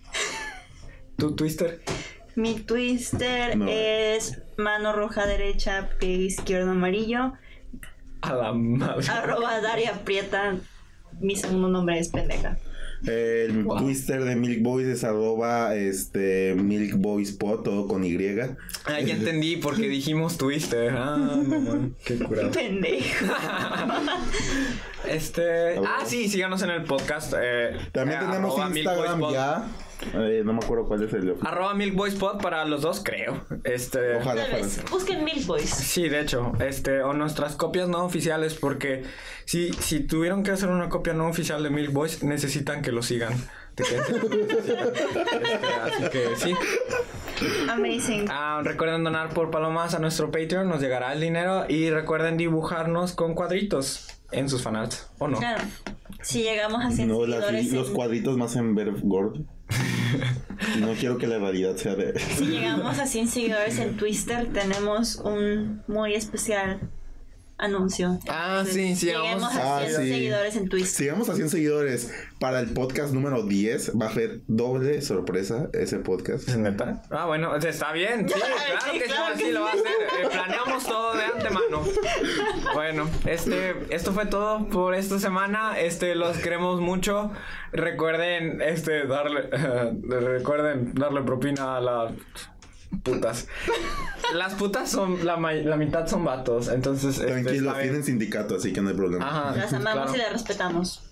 S1: ¿Tu Twitter?
S2: Mi twister
S3: No.
S2: es mano roja derecha, pie izquierdo amarillo.
S1: A la madre.
S2: Arroba Daria Prieta. Mi segundo nombre es pendeja.
S3: El Twitter de Milk Boys es arroba este, Milk Boys Po, todo con Y.
S1: Ah, ya entendí porque dijimos Twister. Ah, no, man, qué curado.
S2: Pendejo.
S1: Este. Ah, sí, síganos en el podcast. eh,
S3: También
S1: eh,
S3: tenemos
S1: arroba
S3: Instagram
S1: milkboyspod.
S3: ya. Eh, no me acuerdo cuál es el.
S1: Arroba milkboyspod para los dos, creo. Este.
S3: Ojalá
S2: Tal
S3: fuera.
S2: vez. Busquen Milk Boys.
S1: Sí, de hecho, este, o nuestras copias no oficiales, porque si, si tuvieron que hacer una copia no oficial de Milk Boys, necesitan que lo sigan. De que- Este, así que sí.
S2: Amazing.
S1: Ah, recuerden donar por palomas a nuestro Patreon, nos llegará el dinero. Y recuerden dibujarnos con cuadritos en sus fanarts, ¿o no?
S2: Claro. Si llegamos a 100
S3: No, las-
S2: seguidores.
S3: los
S2: en-
S3: cuadritos más en ver gordo. No quiero que la realidad sea de.
S2: Si llegamos a 100 seguidores en Twitter, tenemos un muy especial anuncio.
S1: Ah, sí, sí,
S2: Lleguemos
S1: vamos.
S2: a
S3: Ah,
S2: 100
S3: sí.
S2: seguidores en Twitter.
S3: Si llegamos a 100 seguidores para el podcast número 10, va a ser doble sorpresa ese podcast.
S1: ¿Es neta? Ah, bueno, está bien. Sí, claro que sí,
S2: claro que
S1: sí lo va a
S2: sí.
S1: hacer. Eh, planeamos todo de antemano. Bueno, este, esto fue todo por esta semana. Este, los queremos mucho. Recuerden, este, darle, recuerden darle propina a las putas. Las putas son, la, may- la mitad son vatos, entonces... este,
S3: Tranquilos,
S1: está bien.
S3: tienen sindicato, así que no hay problema.
S1: Ajá,
S2: Las amamos
S1: claro.
S2: y las respetamos.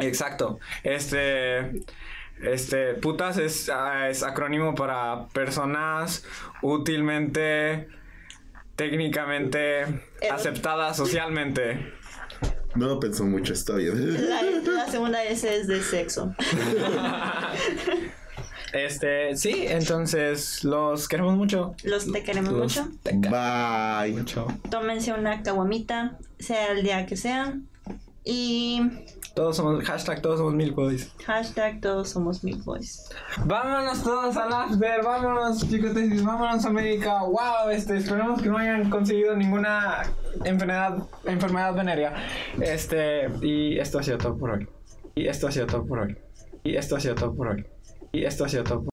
S1: Exacto. Este. Este. Putas es, ah, es acrónimo para personas útilmente. Técnicamente aceptadas socialmente.
S3: No lo pensó mucho, está bien.
S2: La, la segunda S es de sexo.
S1: Este, sí, entonces los queremos mucho.
S2: Los te queremos
S1: Los
S2: mucho.
S3: Bye.
S1: mucho.
S2: Tómense una caguamita, sea el día que sea. Y
S1: Todos somos, hashtag todos somos mil codis.
S2: hashtag todos somos Milk Boys.
S1: Vámonos todos al after, vámonos chicos, vámonos América. Wow, este, esperemos que no hayan conseguido ninguna enfermedad, enfermedad venérea. Este, y esto ha sido todo por hoy. Y esto ha sido todo por hoy. Y esto ha sido todo por hoy. Y esto ha sido todo por hoy.